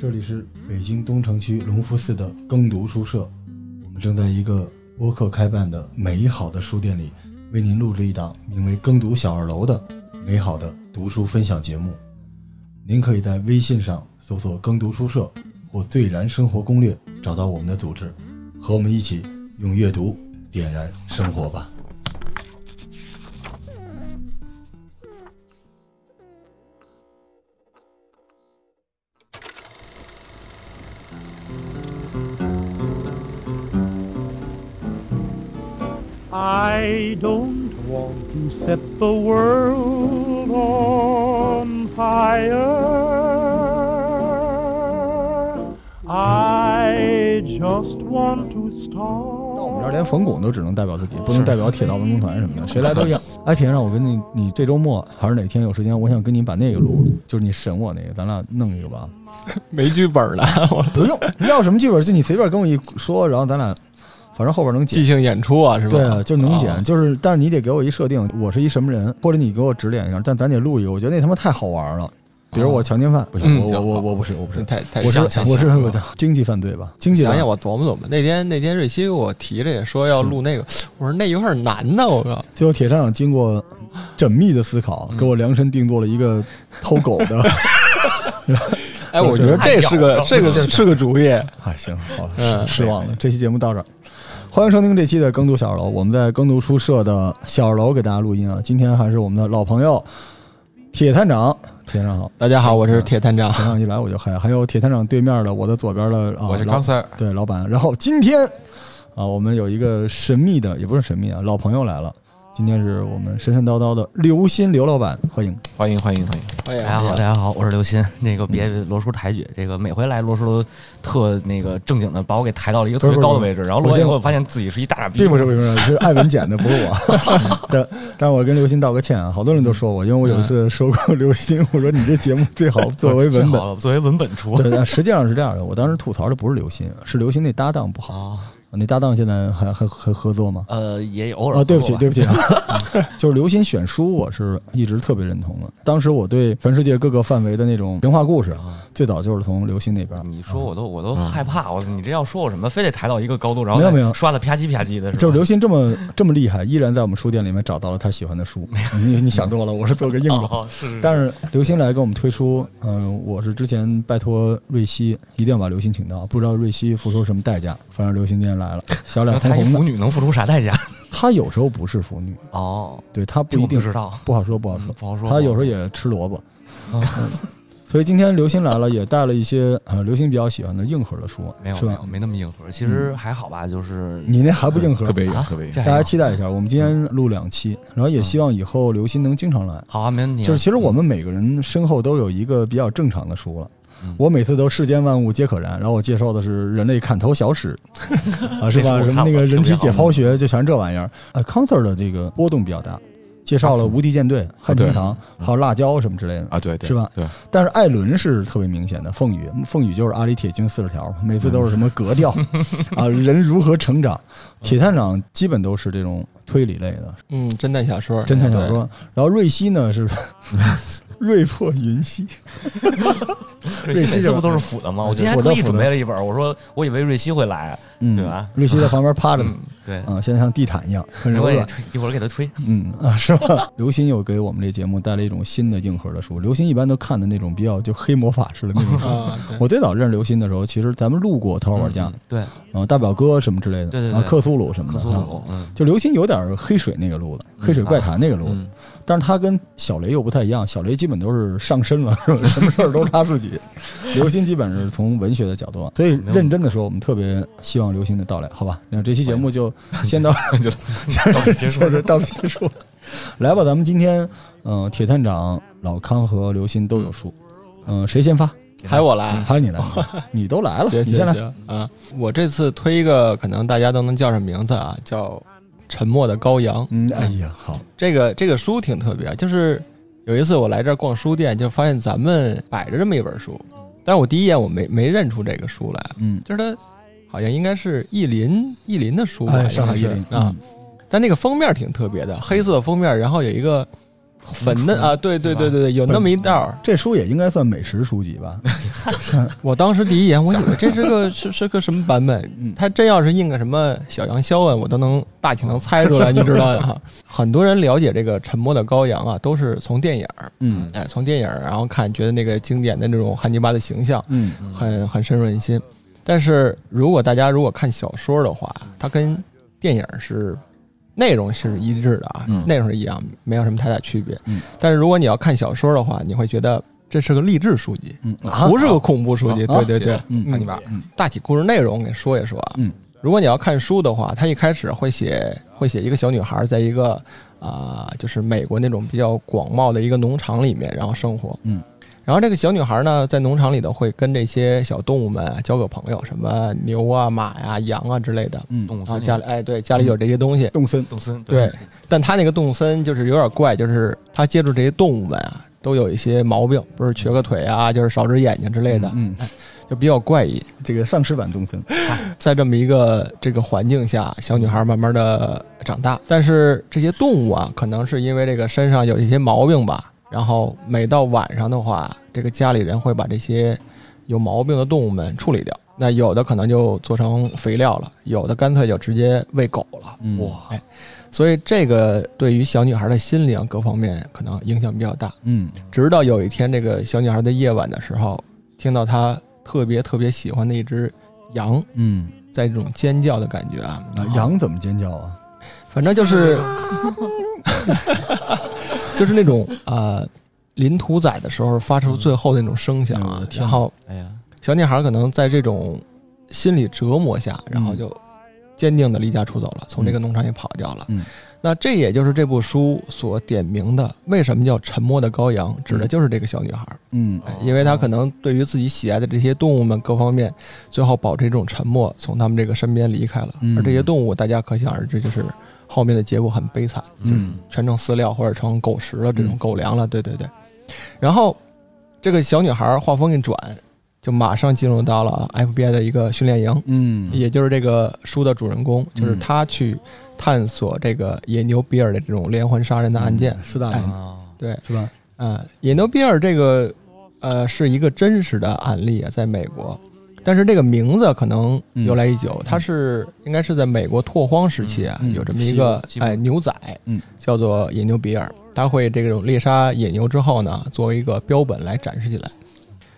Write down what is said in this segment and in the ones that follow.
这里是北京东城区隆福寺的耕读书社，我们正在一个播客开办的美好的书店里，为您录制一档名为《耕读小二楼》的美好的读书分享节目。您可以在微信上搜索“耕读书社”或“最燃生活攻略”，找到我们的组织，和我们一起用阅读点燃生活吧。 I don't want to set the world on fire. I just want to 我们 start. 这儿连冯巩都只能代表自己，不能代表铁道文工团什么的，谁来都一 样。阿田，让我跟你，你这周末还是哪天有时间，我想跟你把那个录，就是你审我那个，咱俩弄一个吧。没剧本 了，我不用，要什么剧本就你随便跟我一说，然后咱俩反正后边能即剪。兴演出啊，是吧？对啊，就能啊剪，就是，但是你得给我一设定，我是一什么人，或者你给我指点一下，但咱得录一个，我觉得那他妈太好玩了。比如我强奸犯，不行，嗯我我行我好我不是，我不是，太太我是想想我是想我的经济犯罪吧，经济想犯想我琢磨琢磨，那天那天瑞希给我提着也说要录那个，我说那有点难呢，我靠，最后，铁站长经过缜密的思考，嗯给我量身定做了一个偷狗的。哎，我觉得这是个这 个是个主意，啊，行，好，嗯失失望了。这期节目到这儿，欢迎收听这期的耕读小二楼。我们在耕读书社的小二楼给大家录音啊。今天还是我们的老朋友铁探长，铁探长好。大家好，我是嗯铁探长，铁探长一来我就嗨，还有铁探长对面的我的左边的啊，我是老康 Sir，对老板。然后今天啊，我们有一个神秘的，也不是神秘啊，老朋友来了。今天是我们神神叨叨的刘鑫刘老板，欢迎。欢迎欢迎欢迎！哎大家好，大家好，我是刘鑫。那个别嗯罗叔抬举，这个每回来罗叔都特那个正经的把我给抬到了一个特别高的位置，然后不罗是完以后发现自己是一大傻 逼，并不是为什么，是艾文剪的，不是 我。嗯但但是我跟刘鑫道个歉啊，好多人都说我，因为我有一嗯次说过刘鑫，我说你这节目最哎好作为文最本。嗯好了作为文本出对，但实际上是这样的，我当时吐槽的不是刘鑫，是刘鑫那搭档不好。啊，那搭档现在还还还合作吗？呃，也偶尔啊，对不起，做吧对不起，啊 嗯就是刘鑫选书，我是一直特别认同的。当时我对全世界各个范围的那种神话故事，啊，最早就是从刘鑫那边。你说我都我都害怕，我你这要说我什么，非得抬到一个高度，然嗯后没有没有再刷的啪叽啪叽的，吧就是刘鑫这么这么厉害，依然在我们书店里面找到了他喜欢的书。你你想多了，我是做个硬广。哦是但是刘星来给我们推出，嗯、我是之前拜托瑞希一定要把刘星请到，不知道瑞希付出什么代价，反正刘星今天来了，小脸那通她一红腐的。女能付出 啥代价？她有时候不是腐女，哦，对她不这一我定不知道，不好说不好说嗯，不好说她有时候也吃萝卜。嗯 所以今天刘星来了，也带了一些呃刘星比较喜欢的硬核的书，没有是没吧嗯有？没那么硬核，其实还好吧，就是你那还不硬核特？别有啊特别有这大还家好期待一下，我们今天录两期，然后也嗯希望以后刘星能经常来。好啊，没问题啊，就是其实我们每个人身后都有一个比较正常的书了。嗯我每次都世间万物皆可燃，然后我介绍的是《人类砍头小 史》啊，是吧？这书我看过什么那个人体解剖特学，就全这玩意儿。呃康 Sir 的这个波动比较大，介绍了无敌舰啊队、汉对庭堂，嗯还有辣椒什么之类的。啊，对对是吧对，但是艾伦是特别明显的，凤羽，凤羽就是阿里铁军四十条，每次都是什么格 调啊，人如何成长，铁探长基本都是这种推理类的，嗯，侦探小说，哎侦探小哎说。然后瑞希呢是 瑞破云溪，瑞希希就每次不都是腐的吗？嗯我今天腐还的特意腐的准备了一本，我说我以为瑞希会来，嗯，对吧瑞希在旁边趴着呢嗯，对，啊，现在像地毯一样，很没柔关系软，嗯推一会儿给他推。嗯啊，是吧？刘鑫又给我们这节目带了一种新的硬核的书。刘鑫一般都看的那种比较就黑魔法式的那种书。啊，对我最早认识刘鑫的时候，其实咱们路过《头号玩家》嗯对，啊，大表哥什么之类的，对对对啊，克苏鲁什么的，克苏啊鲁， 嗯，就刘鑫有点黑水那个路子，黑水怪谈那个路子，嗯但是他跟小雷又不太一样，小雷基本都是上身了，是吧？什么事儿都是他自 己。刘鑫基本是从文学的角度，啊所以认真的说，我们特别希望刘鑫的到来，好吧？那这期节目就先到就到此结 束就是到此结束。来吧，咱们今天，嗯、铁探长老康和刘鑫都有书，嗯、谁先发？还有我来，还是你来？ 你都嗯来了，行你行先来。行啊！我这次推一个，可能大家都能叫上名字啊，叫《沉默的羔羊》。嗯，哎呀，好，这个这个书挺特别，啊就是有一次我来这儿逛书店，就发现咱们摆着这么一本书，但是我第一眼我没没认出这个书来，嗯，就是它好像应该是译林译林的书吧，哎，应上该海是一林啊，，但那个封面挺特别的，黑色封面，然后有一个啊嗯粉嫩啊，对对对对对，有那么一道儿。 这书也应该算美食书籍吧？我当时第一眼我以为这是个是是个什么版本，嗯他真要是印个什么小羊肖恩，我都能大体能猜出来，你知道 的哈。很多人了解这个《沉默的羔羊》啊，都是从电影儿，嗯哎，从电影儿然后看，觉得那个经典的那种汉尼拔的形象嗯很很深入人心。但是如果大家如果看小说的话，它跟电影是内容是一致的啊，嗯内容是一样，没有什么太大区别。嗯但是如果你要看小说的话，你会觉得这是个励志书籍，嗯，不是个恐怖书籍。啊对对对，嗯嗯你吧，大体故事内容给说一说啊。嗯，如果你要看书的话，它一开始会写会写一个小女孩在一个啊、就是美国那种比较广袤的一个农场里面，然后生活。嗯，然后这个小女孩呢，在农场里头会跟这些小动物们交个朋友，什么牛啊、马呀、羊啊之类的。嗯动物然后森家里哎，对，家里有这些东西。动森动森对，哦但他那个动物森就是有点怪，就是他接触这些动物们啊，都有一些毛病，不是瘸个腿啊，就是少只眼睛之类的，嗯，就比较怪异。这个丧尸版动森，在这么一个这个环境下，小女孩慢慢的长大。但是这些动物啊，可能是因为这个身上有一些毛病吧，然后每到晚上的话，这个家里人会把这些有毛病的动物们处理掉。那有的可能就做成肥料了，有的干脆就直接喂狗了。哎嗯哇，所以这个对于小女孩的心灵各方面可能影响比较大。嗯直到有一天，这个小女孩在夜晚的时候，听到她特别特别喜欢的一只羊嗯，在这种尖叫的感觉啊，啊，羊怎么尖叫啊？反 正就是， 就是那种呃，临屠宰的时候发出最后的那种声响哎呦我啊的。天然后哎呀，小女孩可能在这种心理折磨下，然后就坚定的离家出走了，从这个农场也跑掉了。嗯那这也就是这部书所点明的，为什么叫《沉默的羔羊》，指的就是这个小女孩。嗯哎因为她可能对于自己喜爱的这些动物们各方面，最后保持一种沉默，从他们这个身边离开了。嗯而这些动物，大家可想而知，就是后面的结果很悲惨，嗯全成饲料或者成狗食了，这种嗯狗粮了。对对对。然后这个小女孩画风一转，就马上进入到了 FBI 的一个训练营，嗯也就是这个书的主人公，就是嗯他去探索这个野牛比尔的这种连环杀人的案件。嗯四大哎洋啊，对，是吧？啊，野牛比尔这个呃是一个真实的案例啊，在美国，但是这个名字可能由来已久，它是应该是在美国拓荒时期啊，嗯嗯有这么一个西部哎牛仔，嗯，叫做野牛比尔，他会这种猎杀野牛之后呢，作为一个标本来展示起来。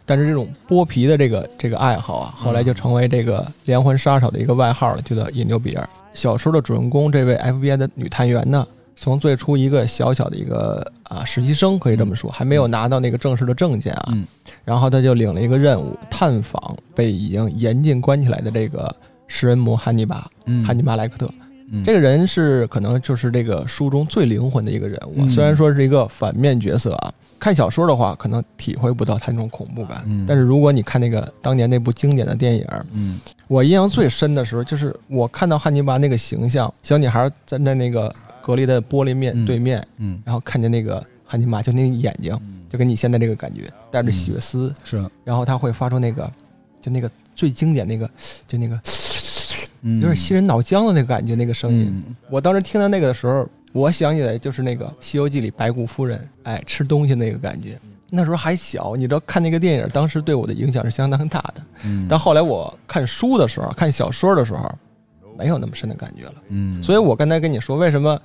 但是这种剥皮的这个这个爱好啊，后来就嗯成为这个连环杀手的一个外号了，就叫野牛比尔。小说的主人公这位 FBI 的女探员呢，从最初一个小小的一个啊实习生，可以这么嗯说，还没有拿到那个正式的证件啊，嗯然后他就领了一个任务，探访被已经严禁关起来的这个食人魔汉尼拔，嗯汉尼拔莱克特。嗯这个人是可能就是这个书中最灵魂的一个人物啊，嗯虽然说是一个反面角色啊。看小说的话，可能体会不到他那种恐怖感，嗯但是如果你看那个当年那部经典的电影，嗯我印象最深的时候，就是我看到汉尼拔那个形象，小女孩站在那个隔离的玻璃面嗯对面，嗯然后看见那个汉尼拔，就那个眼睛，就跟你现在这个感觉，带嗯着血丝，是啊，然后他会发出那个，就那个最经典那个，就嗯那个有嗯有点吸人脑浆的那个感觉，那个声音。我当时听到那个的时候，我想起来就是那个《西游记》里白骨夫人，哎，吃东西那个感觉。那时候还小，你知道看那个电影，当时对我的影响是相当大的。嗯，但后来我看书的时候，看小说的时候，没有那么深的感觉了。嗯，所以我刚才跟你说，为什么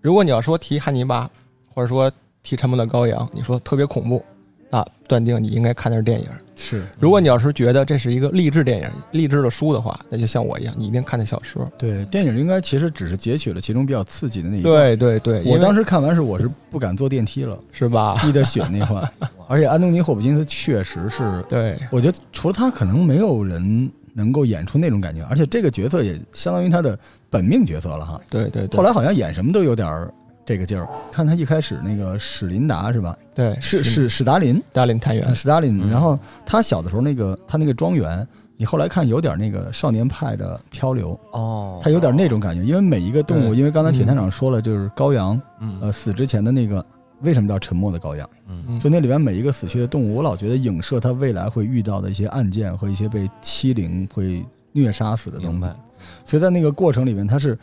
如果你要说提汉尼拔，或者说提《沉默的羔羊》，你说特别恐怖，那断定你应该看的是电影。是如果你要是觉得这是一个励志电影、励志的书的话，那就像我一样，你一定看的小说。对电影应该其实只是截取了其中比较刺激的那一段。对对对，我当时时看完是我是不敢坐电 梯了，是吧？滴的血那块 儿，而且安东尼·霍普金斯确实是，对，我觉得除了他，可能没有人能够演出那种感觉，而且这个角色也相当于他的本命角色了哈。对对对，后来好像演什么都有点儿这个劲儿。看他一开始那个史琳达是吧？对是是史达林，大林探员史达林。嗯然后他小的时候那个他那个庄园，你后来看有点那个少年派的漂流，哦，他有点那种感觉。因为每一个动物，对因为刚才铁探长说了，就是羔羊，嗯呃，死之前的那个。为什么叫沉默的羔羊？嗯就那里边每一个死去的动物，我老觉得影射他未来会遇到的一些案件和一些被欺凌、会虐杀死的东明西白。，所以在那个过程里面，他是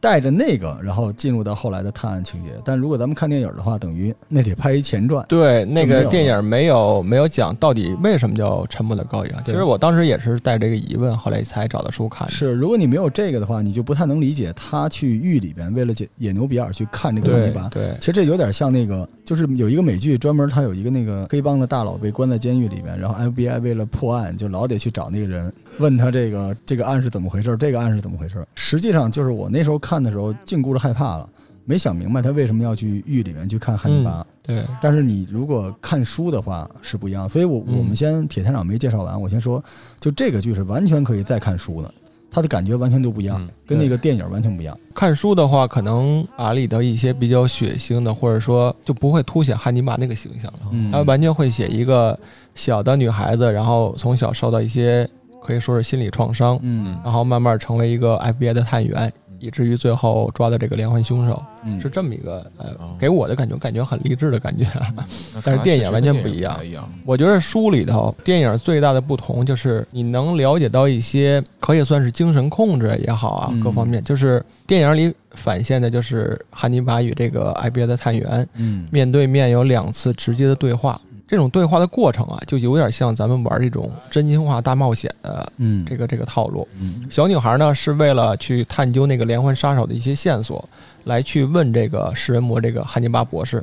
带着那个，然后进入到后来的探案情节。但如果咱们看电影的话，等于那得拍一前传。对，没那个有电影没有没有讲到底为什么叫《沉默的羔羊》。其对实我当时也是带这个疑问，后来才找的书看的。是，如果你没有这个的话，你就不太能理解他去狱里边为了解野牛比尔去看这个汉对尼拔。对其实这有点像那个，就是有一个美剧专门，他有一个那个黑帮的大佬被关在监狱里面，然后 FBI 为了破案，就老得去找那个人，问他这个这个案是怎么回事，这个案是怎么回事。实际上就是我那时候看的时候，禁锢着害怕了，没想明白他为什么要去狱里面去看汉尼拔。对，但是你如果看书的话是不一样，所以我嗯我们先铁探长没介绍完，我先说，就这个剧是完全可以再看书的，它的感觉完全就不一样，嗯跟那个电影完全不一样。看书的话，可能把里头一些比较血腥的，或者说就不会凸显汉尼拔那个形象了。嗯他完全会写一个小的女孩子，然后从小受到一些可以说是心理创伤，嗯然后慢慢成为一个 FBI 的探员，以至于最后抓的这个连环凶手，嗯是这么一个呃哦，给我的感觉，感觉很励志的感觉。那但是可能电确影实完跟全不电一影样太一样。 我觉得书里头电影最大的不同就是你能了解到一些可以算是精神控制也好啊，嗯各方面就是电影里反现的就是汉尼拔与这个 IBA 的探员嗯面对面有两次直接的对话，这种对话的过程啊，就有点像咱们玩这种真心话大冒险的嗯这个这个套路。嗯小女孩呢是为了去探究那个连环杀手的一些线索，来去问这个食人魔这个汉尼拔博士。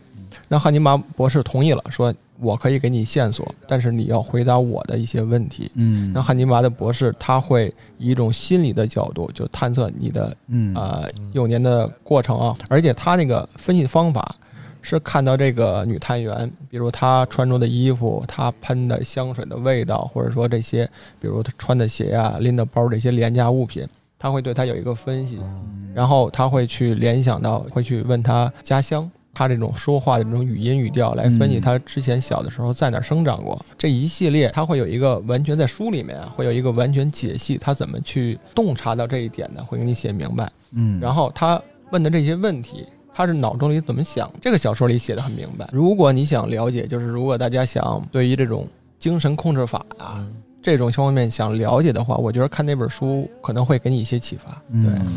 那汉尼拔博士同意了，说我可以给你线索，但是你要回答我的一些问题。嗯那汉尼拔的博士他会以一种心理的角度，就探测你的嗯呃幼年的过程啊，而且他那个分析方法是看到这个女探员，比如她穿着的衣服、她喷的香水的味道，或者说这些，比如她穿的鞋啊、拎的包这些廉价物品，他会对她有一个分析，嗯然后他会去联想到，会去问她家乡。她这种说话的这种语音语调来分析嗯她之前小的时候在哪儿生长过，这一系列他会有一个完全在书里面啊，会有一个完全解析她怎么去洞察到这一点的，会给你写明白。嗯然后他问的这些问题，他是脑中里怎么想？这个小说里写的很明白。如果你想了解，就是如果大家想对于这种精神控制法啊嗯这种方面想了解的话，我觉得看那本书可能会给你一些启发。对，嗯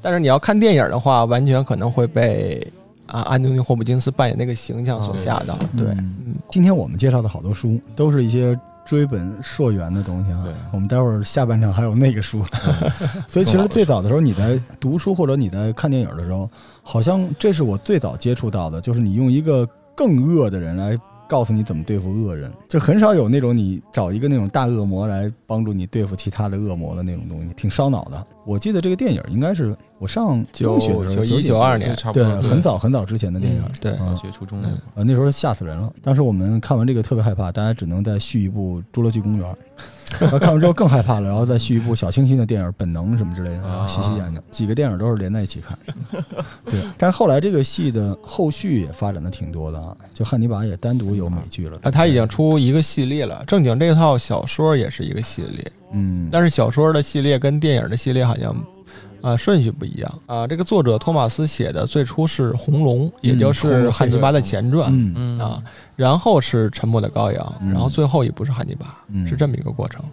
但是你要看电影的话，完全可能会被啊安东尼·霍普金斯扮演那个形象所吓到。对，嗯哦嗯，今天我们介绍的好多书都是一些。追本溯源的东西啊对，我们待会儿下半场还有那个书， 所以其实最早的时候你在读书或者你在看电影的时候，好像这是我最早接触到的，就是你用一个更恶的人来告诉你怎么对付恶人，就很少有那种你找一个那种大恶魔来帮助你对付其他的恶魔的那种东西，挺烧脑的。我记得这个电影应该是我上中九学的时候，九一几九二就年差不对多，很早很早之前的电影。嗯对嗯小学初中那会儿呃，那时候吓死人了。当时我们看完这个特别害怕，大家只能再续一部《侏罗纪公 园》，然后看完之后更害怕了，然后再续一部小清新的电影《本能》什么之类的，然后洗洗啊眼睛。几个电影都是连在一起 看。对，但是后来这个戏的后续也发展的挺多的啊，就汉尼拔也单独有美剧了。啊，他已经出一个系列了，正经这套小说也是一个系列。嗯，但是小说的系列跟电影的系列好像啊、顺序不一样啊、这个作者托马斯写的最初是《嗯红龙》，也就红是龙汉尼拔的前传、嗯嗯啊，然后是《沉默的羔羊》嗯然后最后一部是汉尼拔，嗯是这么一个过程。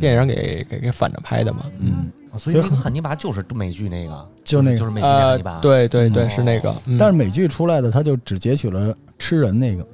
电影给给给反着拍的嘛，嗯，啊所以那个汉尼拔就是美剧那个，就那就个，是美剧那汉呃尼拔，，对对对，嗯是那个，嗯但是美剧出来的他就只截取了吃人那个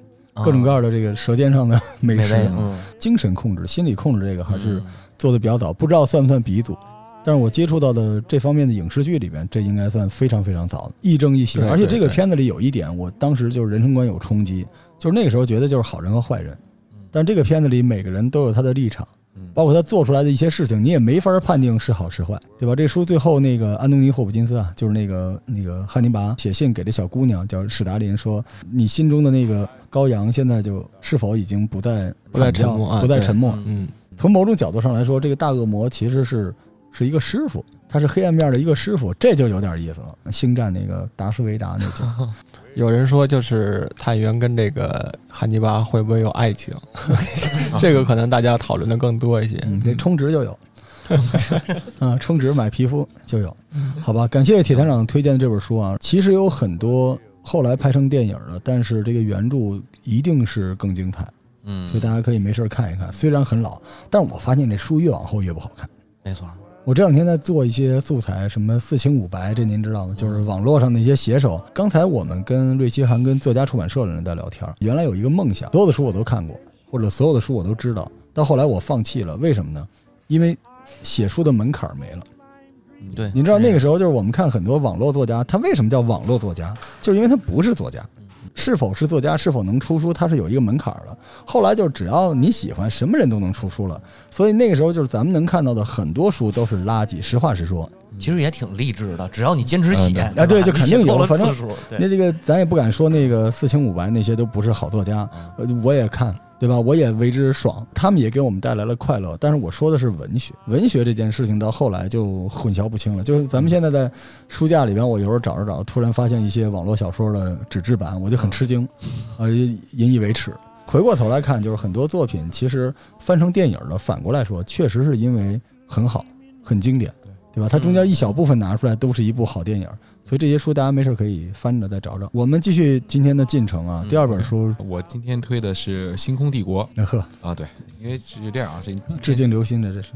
各种各样样的这个舌尖上的 美啊嗯美食味，啊，嗯，精神控制、心理控制这个还是。嗯做的比较早，不知道算不算鼻祖。但是我接触到的这方面的影视剧里边，这应该算非常非常早的，亦正亦邪。对而且对这个对片子里有一点，我当时就是人生观有冲击，就是那个时候觉得就是好人和坏人嗯，但这个片子里每个人都有他的立场嗯，包括他做出来的一些事情，你也没法判定是好是坏，对吧？这书最后那个安东尼·霍普金斯啊，就是那个那个汉尼拔写信给这小姑娘叫史达林说，你心中的那个羔羊现在就是否已经不再不再惨叫沉默啊不再对沉默，嗯从某种角度上来说，这个大恶魔其实是是一个师傅，他是黑暗面的一个师傅，这就有点意思了。星战那个达斯维达那就，有人说就是探员跟这个汉尼拔会不会有爱情， 这个可能大家讨论的更多一些。嗯，那充值就有，啊，充值买皮肤就有，好吧？感谢铁探长推荐的这本书啊，其实有很多后来拍成电影了，但是这个原著一定是更精彩，嗯，所以大家可以没事儿看一看。虽然很老，但是我发现这书越往后越不好看。没错，我这两天在做一些素材，什么四清五白，这您知道吗？就是网络上的一些写手。刚才我们跟瑞希涵跟作家出版社的人在聊天，原来有一个梦想，所有的书我都看过，或者所有的书我都知道，但后来我放弃了，为什么呢？因为写书的门槛没了。对，嗯你知道是那个时候就是我们看很多网络作家，他为什么叫网络作家？就是因为他不是作家，嗯是否是作家，是否能出书，他是有一个门槛儿的。后来就是只要你喜欢，什么人都能出书了。所以那个时候就是咱们能看到的很多书都是垃圾，实话实说。其实也挺励志的，只要你坚持写，嗯对啊对就肯定有反正那正这个咱也不敢说那个四清五白那些都不是好作家，呃我也看，对吧？我也为之爽，他们也给我们带来了快乐。但是我说的是文学，文学这件事情到后来就混淆不清了。就是咱们现在在书架里边，我有时候找着找着，突然发现一些网络小说的纸质版，我就很吃惊，呃，引以为耻。回过头来看，就是很多作品其实翻成电影了，反过来说，确实是因为很好，很经典。对吧？它中间一小部分拿出来都是一部好电影，所以这些书大家没事可以翻着再找找。我们继续今天的进程啊，嗯第二本书，我今天推的是《星空帝国那呵，》啊，对，因为是这样啊，这致敬刘星的这是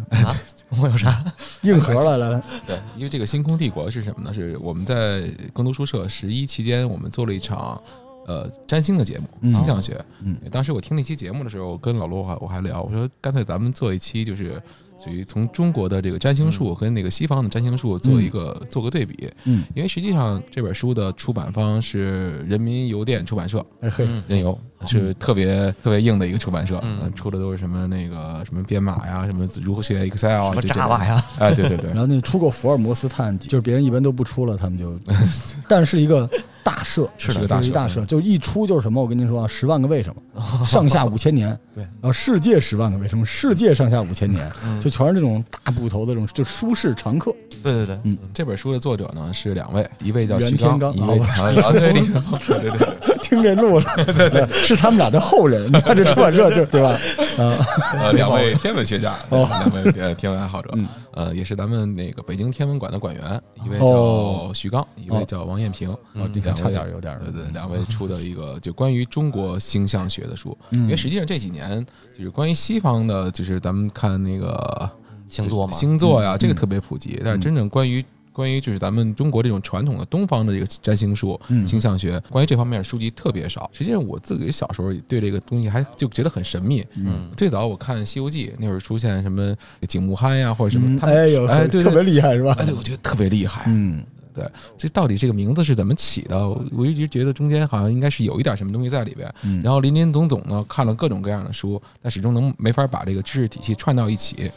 我有啥？ 硬核了，来来，对，因为这个《星空帝国》是什么呢？是我们在更读书社十一期间，我们做了一场呃占星的节目，嗯星象学。嗯，当时我听那期节目的时候，跟老罗我还我还聊，我说干脆咱们做一期，就是属于从中国的这个占星嗯术跟那个西方的占星术做一个、做个对比。嗯，因为实际上这本书的出版方是人民邮电出版社，哎嘿，嗯人邮是特别特别硬的一个出版社，嗯呃出的都是什么那个什么编码呀，什么如何学 Excel 啊什么这这种扎瓦呀？哎，对对对然，后那出过福尔摩斯探案集，就是别人一般都不出了，他们就，但是一个大社，是的一大个社大社，就一出就是什么？我跟您说啊，十万个为什么，上下五千年，对然后世界十万个为什么，世界上下五千年，嗯就全是这种大部头的这种，就舒适常客， 对对对，这本书的作者呢是两位，一位叫袁徐天刚，罡一位啊叫啊对李晨，对对对，听这路了， 是他们俩的后人，你看这出版社就对吧？呃，两位天文学家，对两位呃天文爱好者哦嗯，呃，也是咱们那个北京天文馆的馆员，一位哦叫徐刚，一位叫王艳平，嗯你看两哦差位点儿有点儿嗯对对，两位出的一个就关于中国星象学的书，嗯因为实际上这几年就是关于西方的，就是咱们看那个星座嘛，星座嗯呀，这个特别普及，但是真正关于。关于就是咱们中国这种传统的东方的这个占星术、嗯星象学，关于这方面的书籍特别少。实际上，我自己小时候也对这个东西还就觉得很神秘。嗯，最早我看《西游记》那会儿出现什么景木憨呀，或者什嗯么，他们哎呦，哎对特对别厉害是吧？哎，对，我觉得特别厉害。嗯，这到底这个名字是怎么起的？我我一直觉得中间好像应该是有一点什么东西在里边。嗯然后林林总总呢，看了各种各样的书，但始终能没法把这个知识体系串到一起。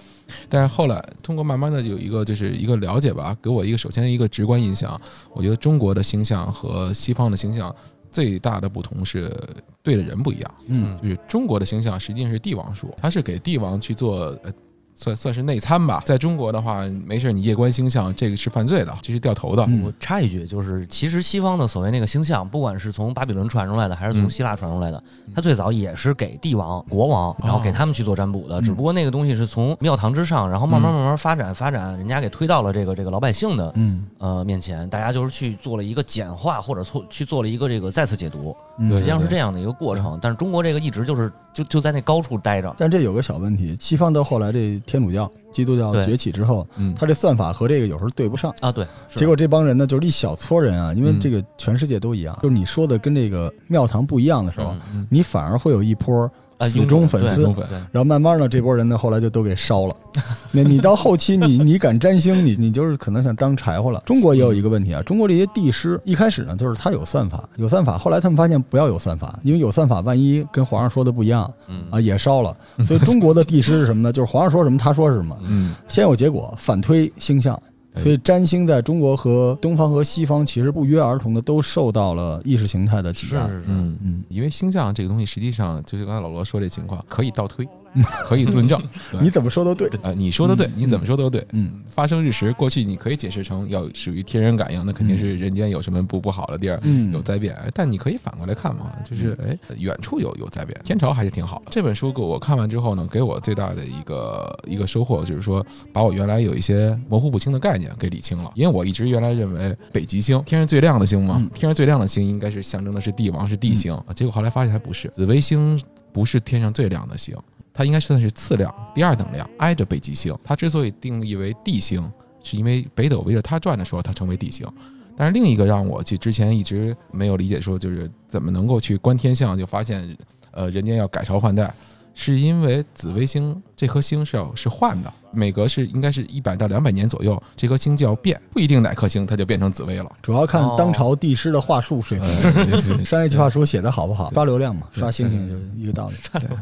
但是后来通过慢慢的有一个就是一个了解吧，给我一个首先一个直观印象，我觉得中国的星象和西方的星象最大的不同是对的人不一样。嗯，就是中国的星象实际上是帝王术，它是给帝王去做。呃算算是内参吧，在中国的话，没事你夜观星象，这个是犯罪的，这是掉头的。我插一句，就是其实西方的所谓那个星象，不管是从巴比伦传出来的，还是从嗯希腊传出来的，它最早也是给帝王、国王，然后给他们去做占卜的。只不过那个东西是从庙堂之上，然后慢慢慢慢发展发展，人家给推到了这个这个老百姓的嗯呃面前，大家就是去做了一个简化，或者做去做了一个这个再次解读，嗯对实际上是对这样的一个过程。但是中国这个一直就是就就在那高处待着，但这有个小问题，西方到后来这天主教、基督教对崛起之后，嗯他这算法和这个有时候对不上。啊，对，是结果这帮人呢，就是一小撮人啊，因为嗯这个全世界都一样，就是你说的跟这个庙堂不一样的时候，嗯你反而会有一波啊死忠粉丝对忠粉对然后慢慢呢，这波人呢，后来就都给烧了。 那你到后期你，你敢占星，你你就是可能想当柴火了。中国也有一个问题啊，中国这些帝师一开始呢，就是他有算法，有算法，后来他们发现不要有算法，因为有算法万一跟皇上说的不一样嗯啊，也烧了。所以中国的帝师是什么呢？就是皇上说什么他说什么，嗯，先有结果，反推星象。对哎所以占星在中国和东方和西方其实不约而同的都受到了意识形态的挤是压。是是，嗯嗯，因为星象这个东西，实际上就是刚才老罗说这情况，可以倒推， 可以论证。对你怎么说都对。呃，你说的对，你怎么说都对。嗯发生日食，过去你可以解释成要属于天人感应，那肯定是人间有什么不不好的地儿，嗯有灾变。哎但你可以反过来看嘛，就是哎，远处有有灾变，天朝还是挺好的。这本书给我看完之后呢，给我最大的一个一个收获就是说，把我原来有一些模糊不清的概念给理清了。因为我一直原来认为北极星天上最亮的星嘛嗯，天上最亮的星应该是象征的是帝王是帝星，结果后来发现还不是，紫微星不是天上最亮的星。它应该算是次量、第二等量，挨着北极星。它之所以定义为地星，是因为北斗围着它转的时候，它成为地星。但是另一个让我去之前一直没有理解，说就是怎么能够去观天象，就发现呃人间要改朝换代，是因为紫微星这颗星是要是换的，每隔是应该是一百到两百年左右，这颗星就要变，不一定哪颗星它就变成紫微了。主要看哦哎当朝帝师的话术水平。呃 商业计划书写的好不好？刷流量嘛，对刷星星对就是一个道理。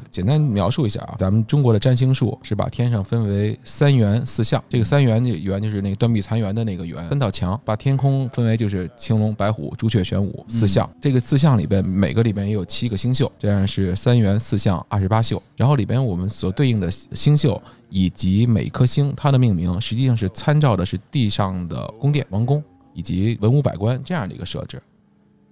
简单描述一下啊，咱们中国的占星术是把天上分为三元四象，这个三元这个元就是那个断壁残垣的那个元，三道墙，把天空分为就是青龙、白虎、朱雀、玄武四象。这个四象里边每个里边也有七个星宿，这样是三元四象二十八宿。然后里边我们所对应的星宿。以及每一颗星，它的命名实际上是参照的是地上的宫殿、王宫以及文武百官这样的一个设置。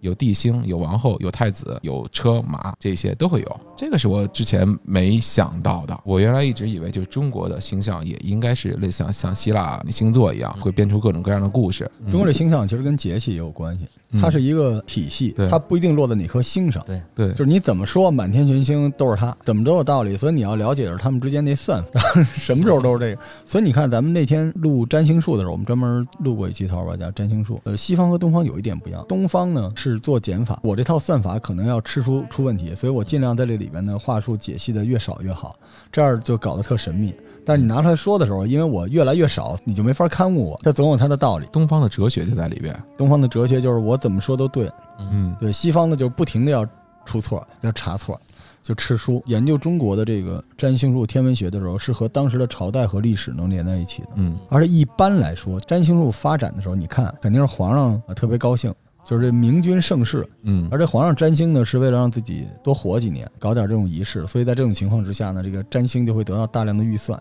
有帝星，有王后，有太子，有车马，这些都会有。这个是我之前没想到的。我原来一直以为，就是中国的星象也应该是类似像像希腊啊星座一样，会编出各种各样的故事。中国这星象其实跟节气也有关系，它是一个体系嗯对，它不一定落在哪颗星上。对就，是你怎么说满天群星都是它，怎么都有道理，所以你要了解着他们之间那算法， 什么时候都是这个。所以你看，咱们那天录占星术的时候，我们专门录过一期《头吧，叫占星术。呃，西方和东方有一点不一样，东方呢是做减法，我这套算法可能要吃出出问题，所以我尽量在这里边呢话术解析的越少越好，这样就搞得特神秘。但是你拿出来说的时候，因为我越来越少，你就没法刊物我，它总有它的道理。东方的哲学就在里边。东方的哲学就是我怎么说都对，嗯，对，西方呢就不停的要出错，要查错，就吃书。研究中国的这个占星术、天文学的时候，是和当时的朝代和历史能连在一起的。嗯，而且一般来说，占星术发展的时候，你看肯定是皇上、呃特别高兴，就是这明君盛世。嗯，而这皇上占星呢，是为了让自己多活几年，搞点这种仪式。所以在这种情况之下呢，这个占星就会得到大量的预算，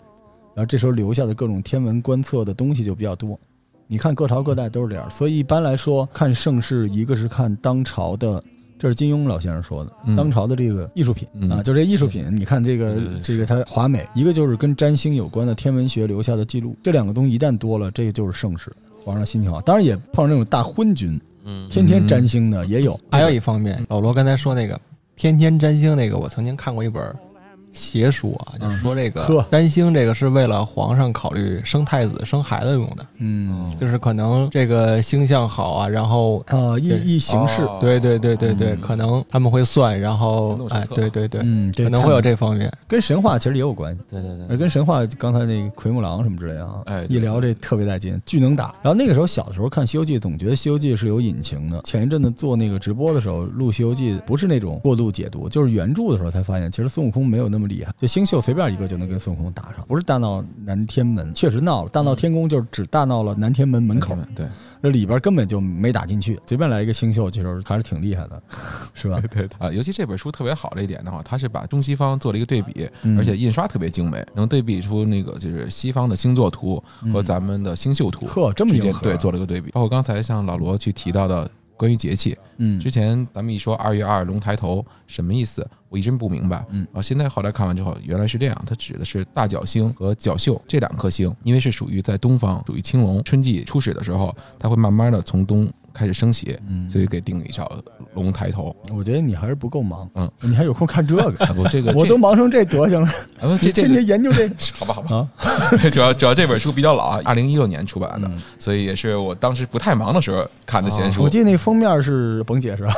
然后这时候留下的各种天文观测的东西就比较多。你看各朝各代都是这样，所以一般来说看盛世，一个是看当朝的，这是金庸老先生说的，嗯当朝的这个艺术品、嗯啊，就这艺术品，你看这个对对这个它华美，一个就是跟占星有关的天文学留下的记录，这两个东西一旦多了，这个就是盛世。皇上心情好，当然也碰上那种大昏君，嗯，天天占星的也有。还有一方嗯面，老罗刚才说那个天天占星那个，我曾经看过一本邪书啊，就说这嗯呵个占星这个是为了皇上考虑生太子、生孩子用的，哦嗯就是可能这个星象好啊，然后啊，对一一形式，哦对对对对对，嗯可能他们会算，然行后动手哎，册对对对，嗯，可能会有这方面。跟神话其实也有关系，对对而对，跟神话刚才那个奎木狼什么之类的啊，嗯哎对一聊这特别带劲，巨能打。然后那个时候小的时候看《西游记》，总觉得《西游记》是有隐情的。前一阵子做那个直播的时候录《西游记》，不是那种过度解读，就是原著的时候才发现，其实孙悟空没有那么厉害，就星宿随便一个就能跟孙悟空打上，不是大闹南天门，确实闹了，大闹嗯天宫就是只大闹了南天门门口， 对那里边根本就没打进去，随便来一个星宿，其实还是挺厉害的，是吧？对啊，尤其这本书特别好的一点的话，它是把中西方做了一个对比，嗯 而且印刷特别精美，能对比出那个就是西方的星座图嗯和咱们的星宿图。呵，这么之间硬核，啊对做了个对啊比，包括刚才像老罗去提到的关于节气，嗯之前咱们一说二月二龙抬头什么意思，我一直不明白。嗯啊，现在后来看完之后，原来是这样，它指的是大角星和角宿这两颗星，因为是属于在东方，属于青龙，春季初始的时候，它会慢慢的从东开始升起，嗯所以给定义叫龙抬头。我觉得你还是不够忙，嗯，你还有空看这个， 啊不，这个 我这都忙成这德行了，啊不这这天个天研究这个。 好吧好吧，啊主要主要这本书比较老啊，二零一六年出版的嗯，啊所以也是我当时不太忙的时候看的闲书。我记得那封面是甭解释啊，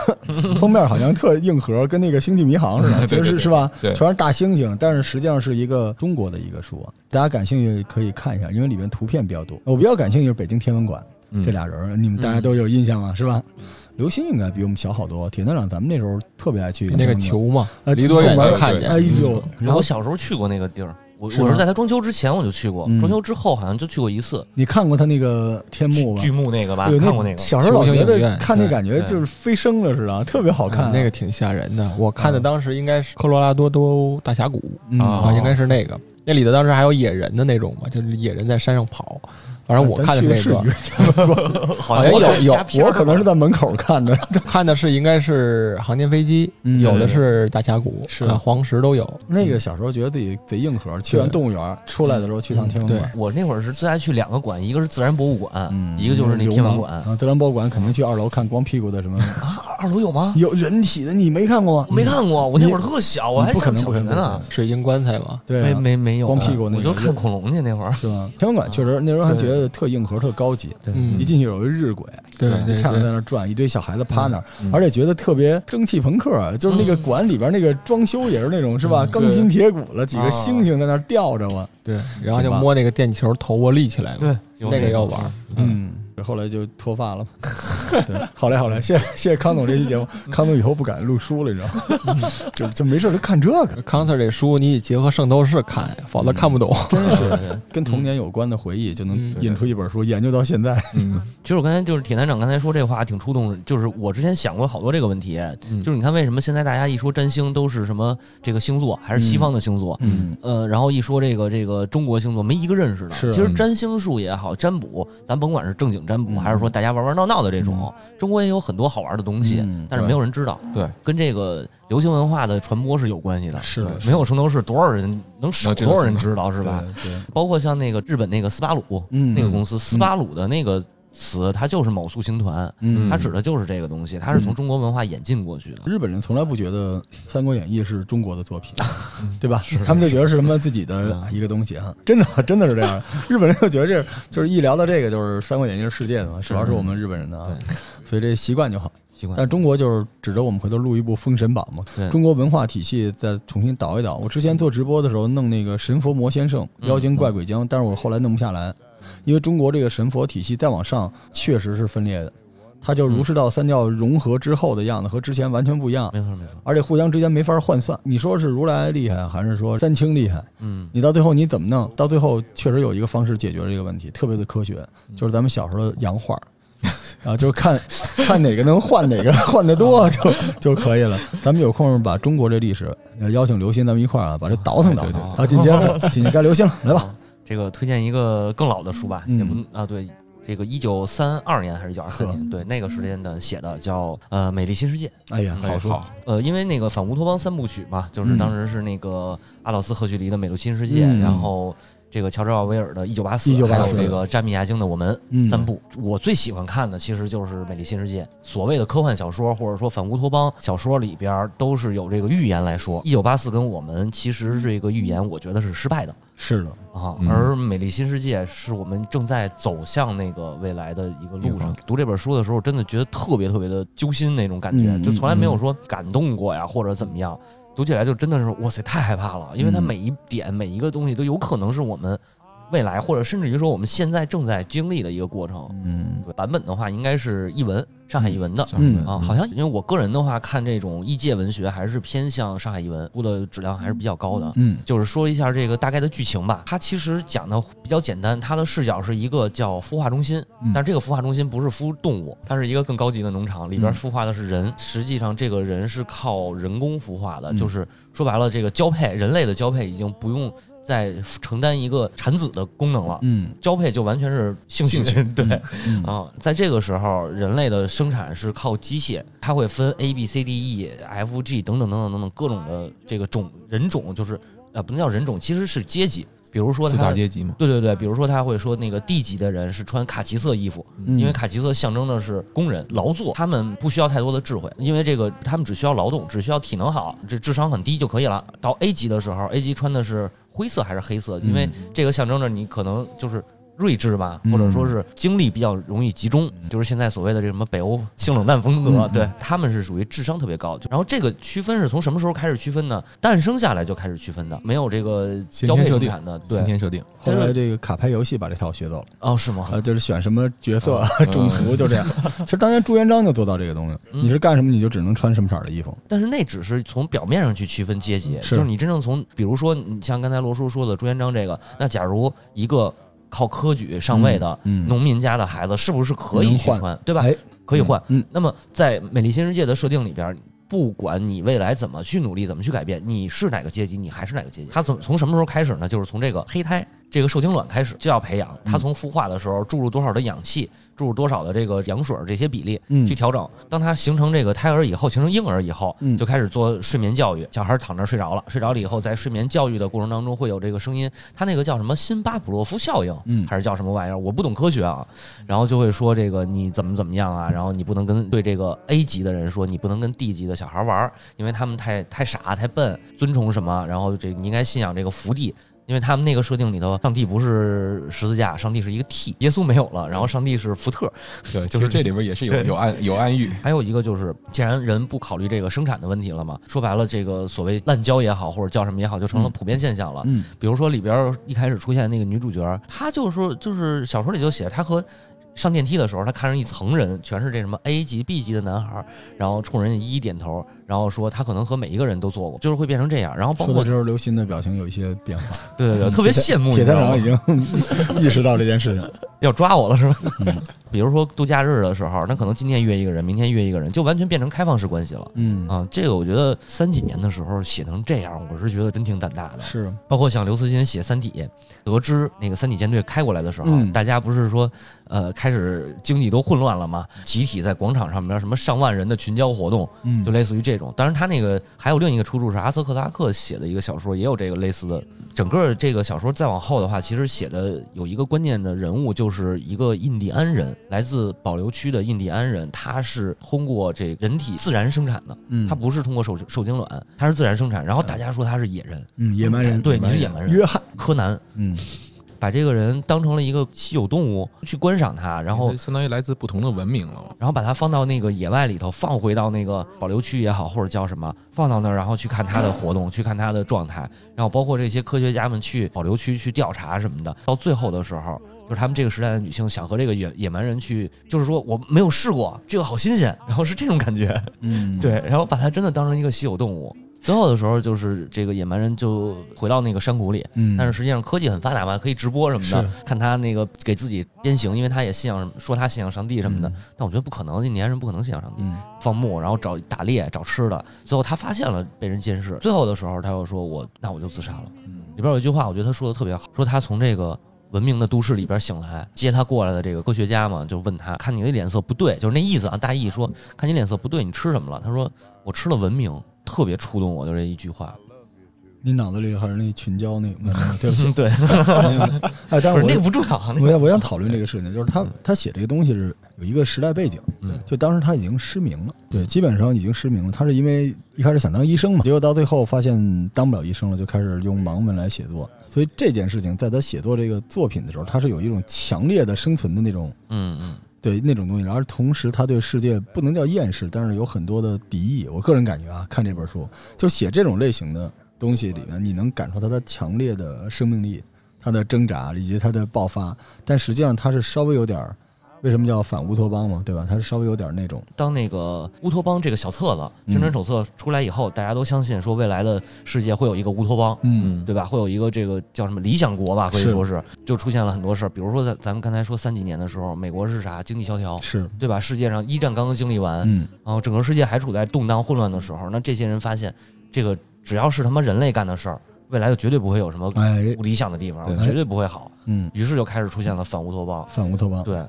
封面好像特硬核，跟那个《星际迷航》似的， 对就对是对是吧？对全是大猩猩，但是实际上是一个中国的一个书，啊大家感兴趣可以看一下，因为里面图片比较多。我比较感兴趣是北京天文馆嗯这俩人儿，你们大家都有印象吗？是吧？刘星应该比我们小好多，铁团长咱们那时候特别爱去那个天文球嘛，嗯馆，哎离多远能看见哎呦，然后我小时候去过那个地儿，我是吗我是在他装修之前我就去过嗯，装修之后好像就去过一次，你看过他那个天幕吧？剧幕那个吧，哎呦看过那个，小时候老觉球形影得院看那对啊感觉就是飞升了似的，特别好看。啊那个挺吓人的。我看的当时应该是科罗拉多州大峡谷嗯啊，应该是那个。那里头当时还有野人的那种嘛，就是野人在山上跑。反正我看的咱是去那是一个，个天文 馆，好哎像有看有瞎片我儿可能是在门口看 的。看的是应该是航天飞机，嗯有的是大峡谷，是啊黄石都有。那个小时候觉得自己贼硬核，去完动物园出来的时候嗯去趟天文馆，我那会儿是最爱去两个馆，一个是自然博物馆，嗯一个就是那流天文氓馆。啊，自然博物馆肯定去二楼看光屁股的什么 二楼有吗？有人体的，你没看过吗？我没看过，我那会儿特小，我还不可上能小不学可能呢，水晶棺材嘛，对啊、没没没有，光屁股那我就个看恐龙去那会儿。是吧？天文馆确实那时候还觉得特硬核、特高级，嗯一进去有一日晷，对对太阳在对，那转，一堆小孩子趴那儿，嗯而且觉得特别蒸汽朋克，啊就是那个馆里边那个装修也是那种是吧？嗯钢筋铁骨了，几个星星在那儿吊着我，对，然后挺就棒摸那个电球头，我立起来嘛，对，有那个要玩儿。嗯。后来就脱发了嘛，对，好嘞好嘞，谢谢谢谢康总这期节目，康总以后不敢录书了，你知道吗？就就没事儿就看这个，康 Sir 这书你得结合圣斗士看，否则看不懂。真是对对对跟童年有关的回忆就能嗯印出一本书，研究到现在。嗯，其实我刚才就是铁男长刚才说这话挺触动人，就是我之前想过好多这个问题，嗯就是你看为什么现在大家一说占星都是什么这个星座，还是西方的星座，嗯，呃，然后一说这个这个中国星座，没一个认识的。是其实占星术也好，占卜，咱甭管是正经占卜，嗯还是说大家玩玩闹闹的这种，中国也有很多好玩的东西，嗯但是没有人知道。对，跟这个流行文化的传播是有关系的。是的没有圣斗士，多少人能少能知道多少人圣斗知道是吧？？对，对包括像那个日本那个斯巴鲁嗯那个公司，斯巴鲁的那个词，它就是某宿星团，嗯它指的就是这个东西，它是从中国文化演进过去的。日本人从来不觉得《三国演义》是中国的作 品，对吧？他们就觉得是他们自己的一个东西啊！真的，真的是这 样。日本人就觉得这就是一聊到这个，就是《三国演义》是世界的嘛，主要是我们日本人的啊，所以这习惯就好。习惯。但中国就是指着我们回头录一部《封神榜》嘛对，中国文化体系再重新倒一倒。我之前做直播的时候弄那个神佛魔先圣、嗯妖精怪鬼将，但是我后来弄不下来，因为中国这个神佛体系再往上确实是分裂的，它就嗯儒释道三教融合之后的样子和之前完全不一样，没错没错，而且互相之间没法换算。你说是如来厉害，还是说三清厉害？嗯，你到最后你怎么弄？到最后确实有一个方式解决了这个问题，特别的科学，嗯就是咱们小时候的洋画儿， 啊，就看 看哪个能换哪个换的啊多就就可以了。咱们有空把中国这历史呃邀请刘鑫，咱们一块儿啊把这倒腾倒 对对腾。啊，紧接着 紧接着该刘鑫了，来吧。这个推荐一个更老的书吧，嗯也不啊对，这个一九三二年还是一九二三年，对那个时间段写的叫呃《美丽新世界》。哎呀，哎好书，好，呃，因为那个反乌托邦三部曲嘛，就是嗯当时是那个阿道斯·赫胥黎的《美丽新世界》嗯然后。这个乔治·奥威尔的《一九八四》， 1984还有这个詹米亚京的《我们》嗯三部，我最喜欢看的其实就是《美丽新世界》。所谓的科幻小说或者说反乌托邦小说里边儿，都是有这个预言来说，《一九八四》跟《我们》其实这个预言，我觉得是失败的。是的，啊嗯，而《美丽新世界》是我们正在走向那个未来的一个路上。读这本书的时候，真的觉得特别特别的揪心那种感觉，嗯就从来没有说感动过呀，或者怎么样。读起来就真的是哇塞，太害怕了，因为它嗯每一点、每一个东西都有可能是我们未来，或者甚至于说我们现在正在经历的一个过程。嗯对版本的话，应该是译文，上海译文的。嗯啊，好像因为我个人的话，看这种异界文学还是偏向上海译文，出的质量还是比较高的。嗯就是说一下这个大概的剧情吧。它其实讲的比较简单，它的视角是一个叫孵化中心嗯，但这个孵化中心不是孵动物，它是一个更高级的农场，里边孵化的是人。实际上，这个人是靠人工孵化的，嗯就是说白了，这个交配人类的交配已经不用再承担一个产子的功能了。嗯交配就完全是兴趣，对啊、嗯在这个时候，人类的生产是靠机械，它会分 A B C D E F G 等等等等等等各种的这个种人种，就是呃不能叫人种，其实是阶级。比如说四他大，阶级嘛，对对对，比如说他会说那个 D 级的人是穿卡其色衣服，嗯因为卡其色象征的是工人劳作，他们不需要太多的智慧，因为这个他们只需要劳动，只需要体能好，这智商很低就可以了。到 A 级的时候，A 级穿的是灰色还是黑色？因嗯为这个象征着你可能就是。睿智吧，或者说是精力比较容易集中，嗯就是现在所谓的这什么北欧性冷淡风格， 对他们是属于智商特别高。就然后这个区分是从什么时候开始区分呢？诞生下来就开始区分的，没有这个先交天配设生定产的，先对，天设定，嗯后来这个卡牌游戏把这套学走了，哦，是吗？啊，就是选什么角色啊 嗯中途就这样。其实当年朱元璋就做到这个东西，嗯你是干什么你就只能穿什么色儿的衣服。但是那只是从表面上去区分阶级，是就是你真正从，比如说你像刚才罗叔说的朱元璋这个，那假如一个靠科举上位的嗯嗯农民家的孩子，是不是可以能去换穿，对吧？哎可以换。嗯嗯那么在《美丽新世界》的设定里边。不管你未来怎么去努力，怎么去改变，你是哪个阶级，你还是哪个阶级。他从从什么时候开始呢？就是从这个胚胎这个受精卵开始就要培养，它从孵化的时候注入多少的氧气，注入多少的这个羊水这些比例嗯去调整。当它形成这个胎儿以后，形成婴儿以后嗯，就开始做睡眠教育，小孩躺那儿睡着了，睡着了以后，在睡眠教育的过程当中会有这个声音，它那个叫什么辛巴普洛夫效应，嗯还是叫什么玩意儿？我不懂科学啊。然后就会说这个你怎么怎么样啊，然后你不能跟对这个 A 级的人说，你不能跟 D 级的小孩玩儿，因为他们太太傻太笨，尊崇什么，然后这你应该信仰这个福地。因为他们那个设定里头，上帝不是十字架，上帝是一个 T，耶稣没有了，然后上帝是福特。对，就是这里边也是有有暗有暗喻，还有一个就是，既然人不考虑这个生产的问题了嘛，说白了，这个所谓滥交也好，或者叫什么也好，就成了普遍现象了。嗯比如说里边儿一开始出现那个女主角，她就是说就是小说里就写她和。上电梯的时候，她看上一层人，全是这什么 A 级、B 级的男孩儿，然后冲人家一一点头，然后说她可能和每一个人都做过，就是会变成这样。然后包说到括这时候，刘鑫的表情有一些变化。对对对，特别羡慕你铁知三道角吗已经 意识到这件事情。要抓我了是吧？嗯 比如说度假日的时候，那可能今天约一个人，明天约一个人，就完全变成开放式关系了。嗯，啊，这个我觉得三几年的时候写成这样，我是觉得真挺胆大的。是包括像刘慈欣写《三体》，得知那个三体舰队开过来的时候，嗯大家不是说，呃，开始经济都混乱了吗？集体在广场上面什么上万人的群交活动，嗯就类似于这种。当然，他那个还有另一个出处是阿瑟克拉克写的一个小说，也有这个类似的。整个这个小说再往后的话，其实写的有一个关键的人物，就是一个印第安人，来自保留区的印第安人，他是通过这人体自然生产的，嗯他不是通过受受精卵，他是自然生产。然后大家说他是野人，嗯，野蛮人，对，你是野蛮人，约翰，柯南。嗯，把这个人当成了一个稀有动物去观赏它，然后相当于来自不同的文明了。然后把它放到那个野外里头，放回到那个保留区也好，或者叫什么，放到那儿，然后去看它的活动，去看它的状态，然后包括这些科学家们去保留区去调查什么的。到最后的时候，就是他们这个时代的女性想和这个野野蛮人去，就是说我没有试过，这个好新鲜，然后是这种感觉，嗯，对，然后把它真的当成一个稀有动物。最后的时候，就是这个野蛮人就回到那个山谷里，嗯，但是实际上科技很发达嘛，可以直播什么的，看他那个给自己鞭刑，因为他也信仰说他信仰上帝什么的，但我觉得不可能，这年轻人不可能信仰上帝。嗯放牧，然后找打猎、找吃的，最后他发现了被人监视，最后的时候他又说我那我就自杀了。嗯里边有一句话，我觉得他说的特别好，说他从这个。文明的都市里边醒来，接他过来的这个科学家嘛，就问他，看你的脸色不对，就是那意思啊，大意说，看你脸色不对，你吃什么了？他说我吃了文明，特别触动我，就这一句话。你脑子里还是那群交那个，没有没有对不起，嗯， 对，没有哎，但是不是我那个不重 要啊，那我想我想讨论这个事情，就是他他写这个东西是有一个时代背景，嗯就当时他已经失明了，对，基本上已经失明了。他是因为一开始想当医生嘛，结果到最后发现当不了医生了，就开始用盲文来写作。所以这件事情在他写作这个作品的时候，他是有一种强烈的生存的那种嗯嗯。对那种东西，然后同时他对世界不能叫厌世，但是有很多的敌意。我个人感觉啊，看这本书就写这种类型的东西里面，你能感受到他强烈的生命力、他的挣扎以及他的爆发，但实际上他是稍微有点儿，为什么叫反乌托邦嘛，对吧？他是稍微有点儿那种，当那个乌托邦这个小册子嗯宣传手册出来以后，大家都相信说未来的世界会有一个乌托邦，嗯对吧？会有一个这个叫什么理想国吧，可以是说是就出现了很多事儿，比如说咱咱们刚才说三几年的时候，美国是啥经济萧条，是，对吧？世界上一战刚刚经历完，嗯，然后整个世界还处在动荡混乱的时候，那这些人发现这个只要是他妈人类干的事儿，未来就绝对不会有什么哎，不理想的地方，对绝对不会好，嗯，于是就开始出现了反乌托邦，反乌托邦，对。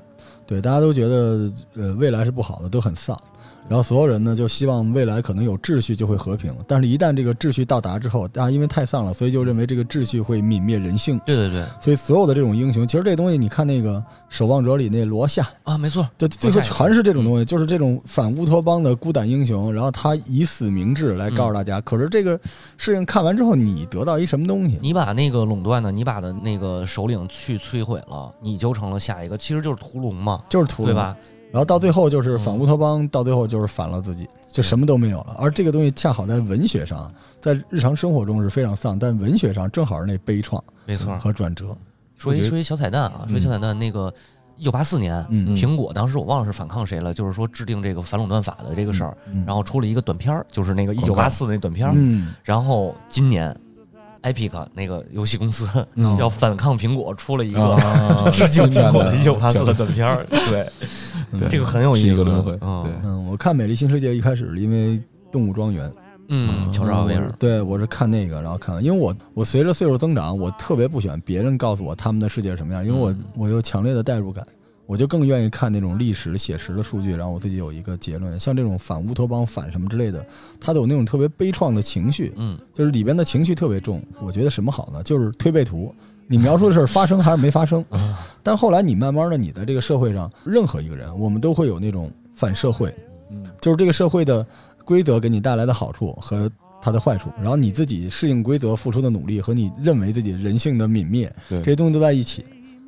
对，大家都觉得呃未来是不好的，都很丧。然后所有人呢就希望未来可能有秩序就会和平，但是一旦这个秩序到达之后，大家因为太丧了，所以就认为这个秩序会泯灭人性。对对对所以所有的这种英雄，其实这东西你看那个《守望者》里那罗夏，啊，没错，就最后全是这嗯种东西，就是这种反乌托邦的孤胆英雄，然后他以死明志来嗯告诉大家。可是这个事情看完之后，你得到一什么东西？你把那个垄断的，你把的那个首领去摧毁了，你就成了下一个，其实就是屠龙嘛，就是屠对龙，吧？然后到最后嗯就是反乌托邦，到最后就是反了自己，就什么都没有了。而这个东西恰好在文学上，在日常生活中是非常丧，但文学上正好是那悲怆没错。和转折。我觉得嗯说一说一小彩蛋啊，说一小彩蛋，那个一九八四年，嗯苹果当时我忘了是反抗谁了，就是说制定这个反垄断法的这个事儿，嗯然后出了一个短片儿，就是那个一九八四那短片儿。嗯，然后今年，Epic 那个游戏公司嗯要反抗苹果，出了一个嗯啊， 致敬苹果的一一九八四的短片儿，对，对这个很有嗯是意一思，个轮回，嗯对，嗯，我看《美丽新世界》一开始是因为动物庄园，嗯，乔治奥威我尔是，对我是看那个，然后看完，因为我我随着岁数增长，我特别不喜欢别人告诉我他们的世界是什么样，因为我嗯我有强烈的代入感，我就更愿意看那种历史写实的数据，然后我自己有一个结论。像这种反乌托邦、反什么之类的，它都有那种特别悲怆的情绪，嗯，就是里边的情绪特别重。我觉得什么好呢？就是推背图，你描述的事儿发生还是没发生。嗯但后来你慢慢的，你在这个社会上，任何一个人，我们都会有那种反社会，就是这个社会的规则给你带来的好处和它的坏处，然后你自己适应规则付出的努力和你认为自己人性的泯灭，对这些东西都在一起，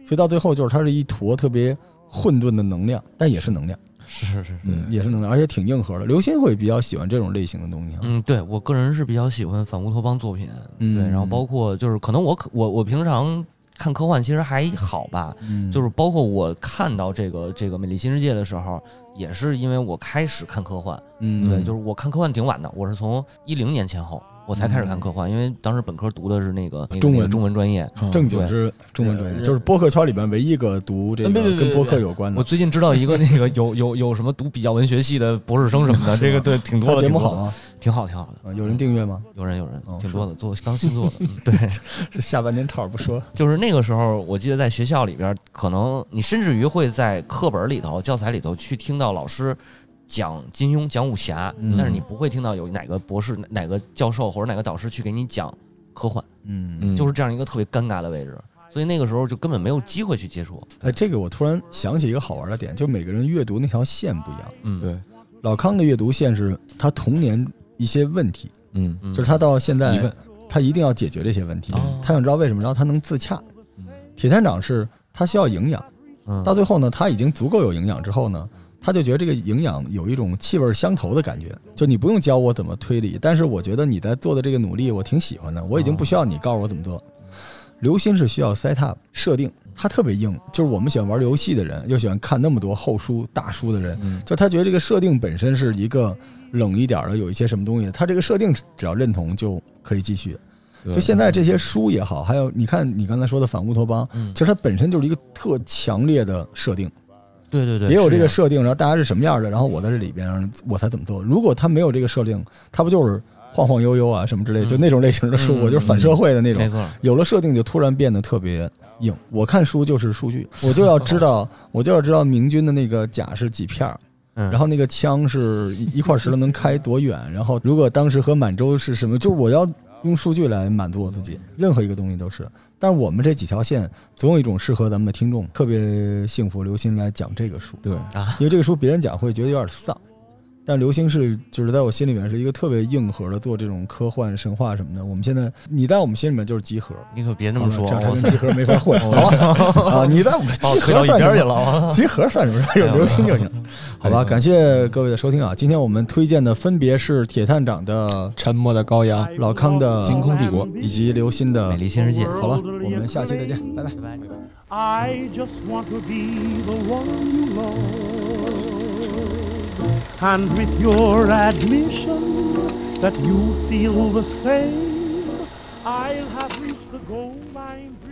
所以到最后就是它是一坨特别混沌的能量，但也是能量，是是是，嗯，也是能量，而且挺硬核的。刘鑫会比较喜欢这种类型的东西啊，嗯，对我个人是比较喜欢反乌托邦作品，嗯对，然后包括就是可能我可我我平常看科幻其实还好吧，嗯就是包括我看到这个这个《美丽新世界》的时候，也是因为我开始看科幻，嗯，对，就是我看科幻挺晚的，我是从一零年前后我才开始看科幻，因为当时本科读的是那个那个嗯中文那个中文专业。嗯正经是中文专业，就是播客圈里边唯一一个读这个嗯别别别跟播别客有关我的。最近知道一个那个有有有什么读比较文学系的博士生什 么的，这个对挺多他嗯的，节目挺多好的，吗？挺好挺好的，啊有人订阅吗？有人有人哦挺是多的，做刚新做的，嗯对。这 下半年套儿不说，就是那个时候，我记得在学校里边儿，可能你甚至于会在课本里头、教材里头去听到老师讲金庸、讲武侠，嗯但是你不会听到有哪个博士、哪哪个教授或者哪个导师去给你讲科幻，嗯嗯就是这样一个特别尴尬的位置。所以那个时候就根本没有机会去接触。哎，这个我突然想起一个好玩的点，就每个人阅读那条线不一样。嗯，对，老康的阅读线是他童年一些问题，嗯嗯，就是他到现疑在问，他一定要解决这些问题哦，他想知道为什么，然后他能自洽。铁探长是他需要营养，嗯到最后呢，他已经足够有营养之后呢，他就觉得这个营养有一种气味相投的感觉，就你不用教我怎么推理，但是我觉得你在做的这个努力我挺喜欢的，我已经不需要你告诉我怎么做。刘鑫是需要 set up 设定，他特别硬，就是我们喜欢玩游戏的人，又喜欢看那么多厚书大书的人，嗯就他觉得这个设定本身是一个冷一点儿的，有一些什么东西，他这个设定只要认同就可以继续。对就现在这些书也好，还有你看你刚才说的反乌托邦，嗯其实它本身就是一个特强烈的设定，对对对，也有这个是设定，然后大家是什么样的，然后我在这里边，然后我才怎么做。如果他没有这个设定，他不就是晃晃悠悠啊什么之类，嗯就那种类型的书，嗯我就是反社会的那这样种。没错，有了设定，就突然变得特别硬。我看书就是数据，我就要知道，我就要知道明军的那个甲是几片儿，嗯，然后那个枪是一块石头能开多远，然后如果当时和满洲是什么，就是我要用数据来满足我自己，任何一个东西都是。但是我们这几条线，总有一种适合咱们的听众，特别幸福。刘星来讲这个书，对，因为这个书别人讲会觉得有点丧，但刘星是就是在我心里面是一个特别硬核的，做这种科幻神话什么的。我们现在你在我们心里面就是集合，你可别这那么说，啊这样他哇塞跟集合没法 混，好吧？啊，你在我们把集我推到合一算边什儿去么？了啊。 集合算什么？有刘星就行。哦哎 好吧，感谢各位的收听啊！今天我们推荐的分别是铁探长的沉默的羔羊。老康的《星空帝国以及刘鑫的美。丽新世界，好了，我们下期再见，拜拜。 I just want to be the one you love. And with your admission that you feel the same, I'll have reached the goal I'm dreaming.